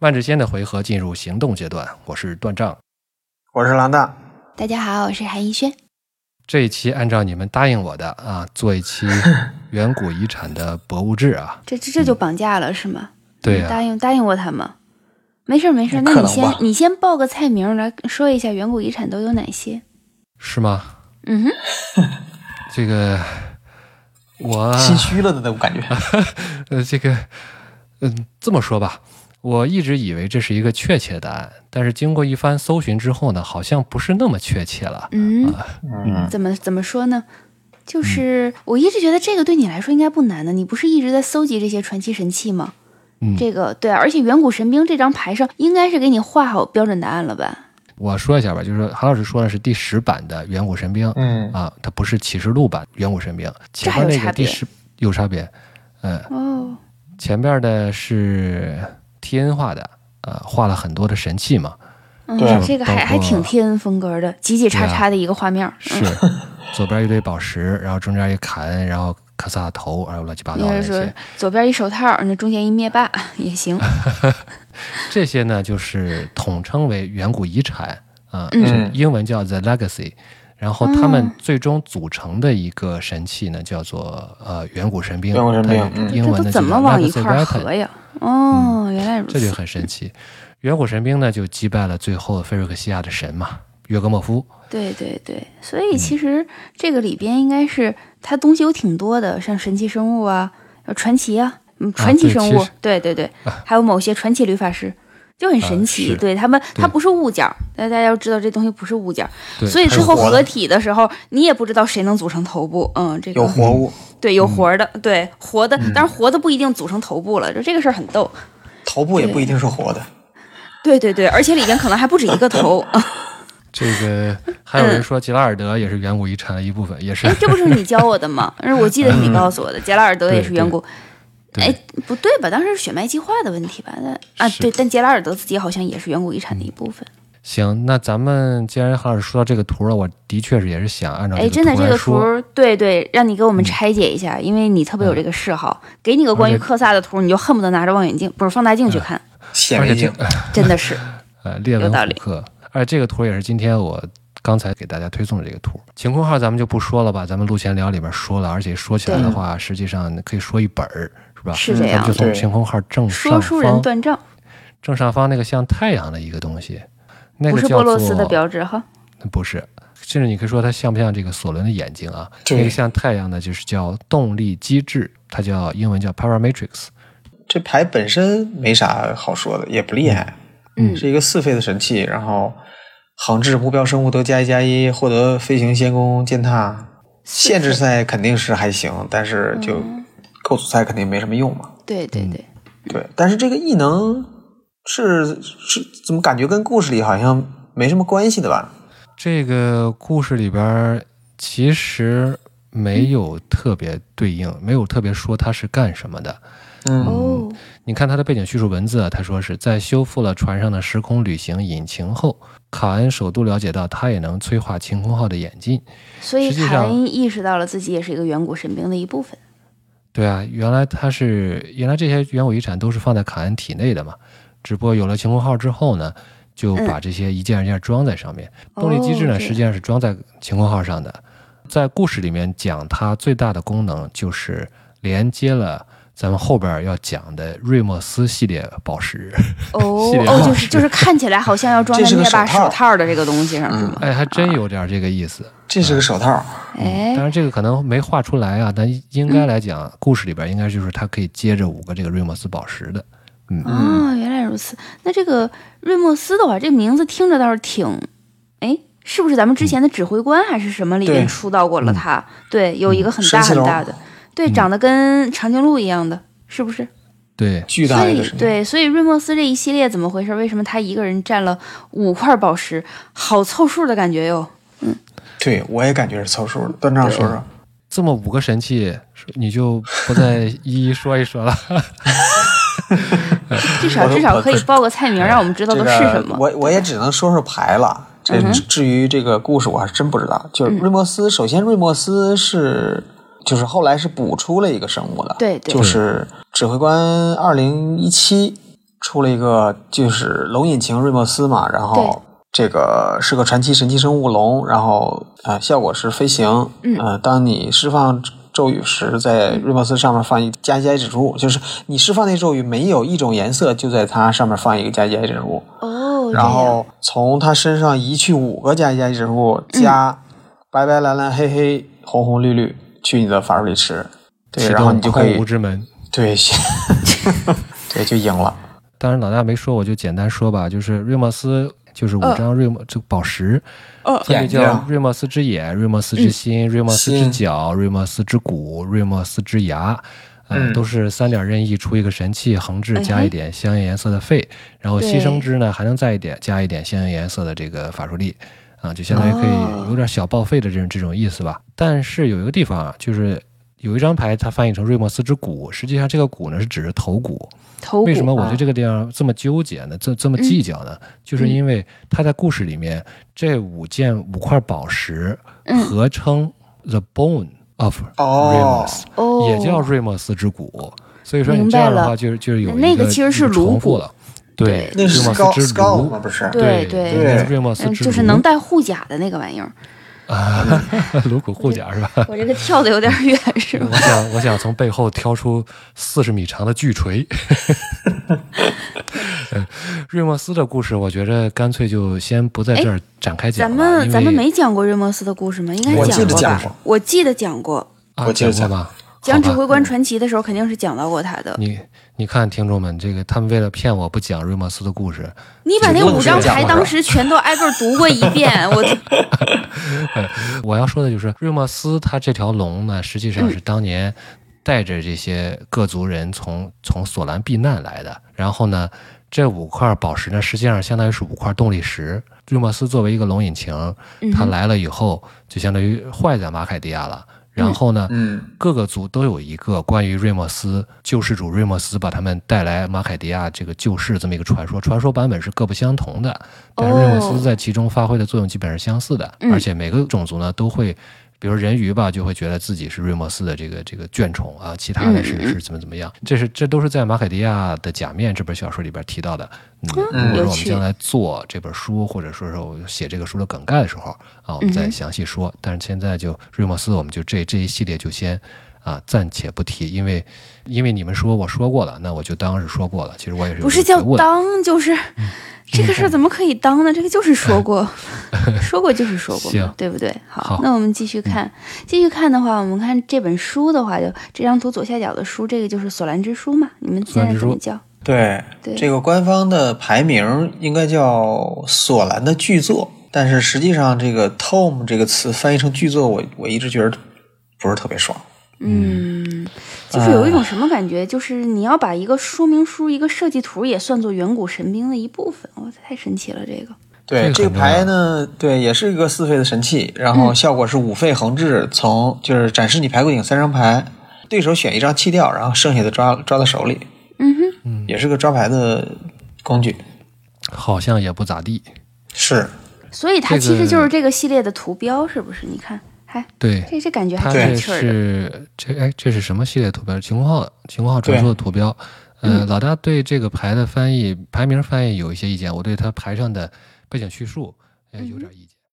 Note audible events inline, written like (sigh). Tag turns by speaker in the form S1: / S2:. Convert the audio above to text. S1: 万智仙的回合进入行动阶段，我是段丈。
S2: 我是狼大，
S3: 大家好，我是韩逸轩。
S1: 这一期按照你们答应我的啊，做一期远古遗产的博物志啊。 (laughs)
S3: 这这这就绑架了是吗？
S1: 对
S3: 你
S1: 呀、
S3: 答应答应过他吗？没事儿没事儿，
S2: 那
S3: 那
S2: 可
S3: 你
S2: 能吧
S3: 先你先报个菜名儿来说一下远古遗产都有哪些。
S1: 是吗？
S3: 嗯哼，
S1: 这个我
S2: 心虚了的那种感觉。
S1: 呃，这个，嗯，这么说吧，我一直以为这是一个确切答案，但是经过一番搜寻之后呢，好像不是那么确切了。
S3: 嗯，
S2: 嗯，
S3: 怎么怎么说呢？就是我一直觉得这个对你来说应该不难的，你不是一直在搜集这些传奇神器吗？
S1: 嗯
S3: 这个对啊，而且远古神兵这张牌上应该是给你画好标准答案了吧？
S1: 我说一下吧，就是韩老师说的是第十版的远古神兵，
S2: 嗯，
S1: 啊，它不是启示录版远古神兵，
S3: 这
S1: 前
S3: 还有
S1: 面那
S3: 差
S1: 个第
S3: 别
S1: 十有差别，嗯，
S2: 啊
S3: 哦，
S1: 前面的是 T N 画的，呃，画了很多的神器嘛，
S3: 嗯
S2: 对，啊
S3: 这个还
S1: 包括
S3: 还挺天恩风格的，几几叉叉的一个画面儿，嗯 (laughs)
S1: 是左边一堆宝石，然后中间一砍，然后卡萨头，还有乱七八
S3: 应
S1: 糟的
S3: 该
S1: 那
S3: 是说
S1: 些，
S3: 左边一手套，那中间一灭
S1: (laughs)
S3: 霸也行。
S1: 这些呢就是统称为远古遗产啊，
S3: 嗯
S1: 这英文叫 The Legacy。然后他们
S3: 嗯
S1: 最终组成的一个神器呢，叫做呃远古神兵，
S2: 远古神
S1: 它
S2: 兵嗯
S1: 英
S3: 这
S1: 文
S3: 都
S1: 呢
S3: 怎
S1: 就
S3: 么
S1: 叫
S3: 往一
S1: Legacy
S3: 块儿
S1: Weapon
S3: 合呀？哦，原来如
S1: 嗯这就
S3: 此。
S1: 很神奇。远古神兵呢，就击败了最后菲瑞克西亚的神嘛，约格莫夫。
S3: 对对对，所
S1: 嗯
S3: 以其实这个里边应该是它东西有挺多的，像神奇生物啊、呃传奇啊、嗯，传奇
S1: 对
S3: 生
S1: 其
S3: 物，
S1: 实啊
S3: 对对对，还有某些传奇旅法师。就很神奇，
S1: 是
S3: 对他们，它
S1: 对
S3: 不是物件儿，但大家要知道这东西不是物件儿，
S1: 对，
S3: 所以
S2: 它
S3: 最
S2: 是
S3: 后
S2: 活
S3: 合
S2: 的
S3: 体的时候，你也不知道谁能组成头部，嗯，这个
S2: 有活物，
S3: 对，
S1: 嗯
S3: 有活儿的，对，活的，当然活的不一定组成头部了，就这个事儿很逗。
S2: 头部也不一定是活的。
S3: 对对对，而且里边可能还不止一个头， (laughs)
S1: 这个还有人说杰拉尔德也是远古遗产的一部分，也是
S3: 哎，这不是你教我的吗？是我记得是你告诉我的，杰拉尔德也是远古。
S1: 嗯对
S3: 哎，不对吧？当时是血脉计划的问题吧？那啊，
S1: 是
S3: 对，但杰拉尔德自己好像也是远古遗产的一部分。
S1: 行。那咱们既然韩老师说到这个图了，我的确是也是想按照
S3: 哎，真的，
S1: 这
S3: 这
S1: 来
S3: 个图
S1: 说。嗯
S3: 儿，对对，让你给我们拆解一下，因为你特别有这个嗜好。给你个关于
S1: 而且嗯
S3: 克萨的图，你就恨不得拿着望远镜，不是放大镜去看，
S2: 显
S1: 而且
S2: 微
S1: 这
S2: 镜，
S3: 真的
S1: (laughs)
S3: 是。
S1: 呃，列文
S3: 有道理
S1: 虎克，而这个图也是今天我刚才给大家推送的这个图。晴空号咱们就不说了吧，咱们录前聊里边说了，而且说起来的
S2: 对
S1: 话，实际上可以说一本儿，是吧？
S3: 是这
S1: 咱们就
S3: 样
S1: 从
S2: 对
S1: 晴空号正
S3: 说
S1: 上
S3: 书人
S1: 方
S3: 断账，
S1: 正上方那个像太阳的一个东西，那
S3: 不
S1: 个
S3: 是
S1: 叫
S3: 波洛斯的
S1: 做
S3: 标志哈。
S1: 不是，甚至你可以说它像不像这个索伦的眼睛啊？
S2: 对
S1: 那个像太阳的，就是叫动力机制，它叫英文叫 paramatrix。
S2: 这牌本身没啥好说的，也不厉害，
S3: 嗯
S2: 是一个四费的神器，然后航制目标生物得加一加一，获得飞行、仙宫、践踏。限制赛肯定是还行，但是就构筑赛肯定没什么用嘛。
S3: 对
S1: 嗯
S3: 对对，
S2: 对，但是这个异能是是怎么感觉跟故事里好像没什么关系的吧？
S1: 这个故事里边儿其实没有特别对应，没有特别说它是干什么的。
S2: 嗯，
S3: 哦，
S1: 你看它的背景叙述文字啊，他说是在修复了船上的时空旅行引擎后，卡恩首度了解到它也能催化晴空号的演进。
S3: 所以
S1: 实际
S3: 凯
S1: 上
S3: 恩意识到了自己也是一个远古神兵的一部分。
S1: 对啊，原来它是原来这些远古遗产都是放在卡恩体内的嘛，只不过有了晴空号之后呢，就把这些一件一件装在上面。动力机制
S3: 嗯哦
S1: 呢，
S3: 这样
S1: 实际上是装在晴空号上的。在故事里面讲，它最大的功能就是连接了咱们后边要讲的瑞莫斯系列宝
S3: (laughs)
S1: 石。
S3: (laughs) 哦
S1: 系列
S3: 哦，
S1: 化
S3: 就是就是看起来好像要装在
S2: 这是个
S3: 灭霸
S2: 手套
S3: 手套的这个东西上是吗？
S1: 哎，还真有点这个意思。
S2: 这是个手套，
S3: 哎嗯
S1: 当，然，这个可能没画出来啊，但应该来讲，故事里边应该就是它可以接着五个这个瑞莫斯宝石的。
S3: 哦，原来如此。那这个瑞莫斯的话，这名字听着倒是挺，哎，是不是咱们之前的指挥官还是什么里面
S2: 对
S3: 出到过
S1: 嗯
S3: 了他？对，有一个很
S2: 神
S3: 大
S2: 奇
S3: 很
S2: 龙
S3: 大的，对，长得跟长颈鹿一样的，是不是？
S1: 对，
S2: 巨大
S3: 所
S2: 一
S3: 以
S2: 个神器。
S3: 对，所以瑞莫斯这一系列怎么回事？为什么他一个人占了五块宝石？好凑数的感觉哟。
S2: 对，我也感觉是凑数的。段长说说，
S1: 这么五个神器，你就不再一一说一说了。
S3: 至少
S2: 我都
S3: 至
S2: 我
S3: 少可以
S2: 都
S3: 报个菜
S1: 哎
S3: 名，让我们知道
S2: 这
S3: 都
S2: 个
S3: 是什么。
S2: 我我也只能说说牌了。这
S3: 嗯哼
S2: 至于这个故事，我还真不知道。
S3: 嗯
S2: 就是瑞莫斯，首先瑞莫斯是就是后
S3: 哦
S2: 来是补出了一个生物的，
S3: 对对
S2: 就是指挥官二零一七出了一个就是龙引擎瑞莫斯嘛，然后这个是个传奇神奇生物龙，然后呃效果是飞行，
S3: 嗯
S2: 呃当你释放咒语时，在瑞莫斯上面放一加一加一指出，就是你释放那咒语没有一种颜色，就在它上面放一个加一加一指出，
S3: 哦，这
S2: 然
S3: 样
S2: 后从它身上移去五个加一加一指出，
S3: 嗯
S2: 加白白蓝蓝黑黑红红绿绿去你的法术里吃，对，
S1: 启
S2: 然后
S1: 动
S2: 你就可
S1: 空
S2: 以
S1: 无之门。
S2: 对，对就赢了。
S1: 当然老大没说，我就简单说吧，就是瑞莫斯就是五
S3: 嗯
S1: 张瑞莫这个宝石，
S3: 哦
S1: 分别
S2: 眼睛
S1: 叫瑞莫斯之眼、瑞莫斯之心、瑞莫斯之
S2: 心
S1: 角、瑞莫斯之骨、瑞莫斯之牙。呃
S2: 嗯
S1: 都是三点任意出一个神器，横置加一点相应颜色的费，然后
S3: 对
S1: 牺牲之呢还能再一点加一点相应颜色的这个法术力，啊，就相当于可
S3: 哦
S1: 以有点小报废的这种这种意思吧。但是有一个地方啊，就是有一张牌它翻译成瑞莫斯之骨，实际上这个骨呢是指的头骨，
S3: 头骨
S1: 为什么我
S2: 啊
S1: 对这个地方这么纠结呢？这这
S3: 嗯
S1: 么计较呢？就是因为他在故事里面这五件五块宝石
S3: 嗯
S1: 合称 The Bone of
S2: 哦
S1: Remus，、
S3: 哦
S1: 也叫瑞莫斯之骨。所以说你
S3: 明
S1: 这
S3: 白
S1: 样的
S3: 了
S1: 话，就是就是有
S3: 那
S1: 一
S3: 个其实是
S1: 一个
S3: 颅
S1: 重
S3: 骨
S1: 复了。对，
S2: 那是
S1: 瑞莫
S2: skull
S1: 斯之
S2: skull
S1: 颅
S2: 吗？，不是？
S3: 对
S1: 对，
S3: 对
S1: 那是瑞莫斯
S3: 嗯，
S1: 之
S3: 就是
S1: 颅
S3: 能带护甲的那个玩意儿。
S1: 啊， (laughs) 颅骨护甲是吧？
S3: 我这个跳的有点远，是吧？
S1: 我想，我想从背后挑出四十米长的巨锤。呃瑞莫斯的故事，我觉着干脆就先不在这儿展开 (laughs) 讲
S3: 哎咱
S1: 了。因
S3: 们
S1: 为
S3: 咱们没讲过瑞莫斯的故事吗？应该
S1: 我
S2: 记得
S3: 过
S2: 讲
S3: 吧
S2: 过？
S3: 我记得讲过，
S1: 啊
S2: 我记得
S1: 讲过吧？
S3: 讲指
S1: 好吧嗯
S3: 挥官传奇的时候肯定是讲到过他的。
S1: 你你看，听众们，这个他们为了骗我不讲瑞莫斯的故事，
S3: 你把那
S2: 这个
S3: 五张
S2: 我讲
S3: 牌
S2: 过
S3: 当时全都挨个读过一遍， (laughs) 我
S1: 我要说的就是瑞莫斯他这条龙呢，实际上是当年带着这些各族人从从索兰避难来的。然后呢，这五块宝石呢，实际上相当于是五块动力石。瑞莫斯作为一个龙引擎，他来了以后，就相当于坏在马凯迪亚了。然后呢，
S2: 嗯，
S1: 各个族都有一个关于瑞莫斯救世主瑞莫斯把他们带来马凯迪亚这个救世这么一个传说，传说版本是各不相同的，但是
S3: 哦
S1: 瑞莫斯在其中发挥的作用基本是相似的，
S3: 嗯
S1: 而且每个种族呢都会。比如人鱼吧，就会觉得自己是瑞莫斯的这个这个眷宠啊，其他的是
S3: 嗯嗯
S1: 是怎么怎么样？这是这都是在马凯迪亚的《假面》这本小说里边提到的。嗯，
S3: 嗯
S1: 如果
S3: 有
S1: 说我们
S3: 趣
S1: 将来做这本书，或者说是我写这个书的梗概的时候啊，我们
S3: 嗯
S1: 再
S3: 哼
S1: 详细说。但是现在就瑞莫斯，我们就这这一系列就先啊暂且不提，因为因为你们说我说过了，那我就当是说嗯过了。其实我也是有
S3: 不是
S1: 这
S3: 叫
S1: 个觉悟的
S3: 当，就是这个事儿怎么可以当呢？这个就是
S1: (laughs)
S3: 说过，说过就是说过嘛
S1: 哎行，
S3: 对不对？好，
S1: 好嗯
S3: 那我们继续看，继续看的话，我们看这本书的话，就这张图左下角的书，这个就是《索兰之书》嘛，你们
S1: 索
S3: 现
S1: 兰
S3: 在
S1: 之
S3: 怎么
S1: 书
S3: 叫？
S2: 对，
S3: 对
S2: 这个官方的排名应该叫《索兰的巨作》，但是实际上这个 tome 这个词翻译成巨作，我我一直觉得不是特别爽。
S3: 嗯，就是有一种什么感觉，就是你要把一个说明书、一个设计图也算作远古神兵的一部分，哇，太神奇了！这个
S2: 对，
S1: 这个
S2: 这
S1: 很
S2: 个
S1: 重要
S2: 牌呢，对，也是一个四费的神器，然后效果是五费横置，从就是展示你牌库顶三张牌，对手选一张弃掉，然后剩下的抓抓到手里，
S3: 嗯哼，
S2: 也是个抓牌的工具。
S1: 好像也不咋地。
S2: 是，
S3: 所以它
S1: 这
S3: 其实就
S1: 个
S3: 是这个系列的图标，是不是？你看，嗨，
S1: 对，
S3: 这这感觉还
S1: 它
S3: 挺有
S1: 这
S3: 趣儿的。
S1: 是这哎这是什么系列图标？晴空号晴空号传说的图标。
S3: 嗯
S1: 呃，老大对这个
S3: 嗯
S1: 牌的翻译排名翻译有一些意见，我对它牌上的背景叙述呃有点意见。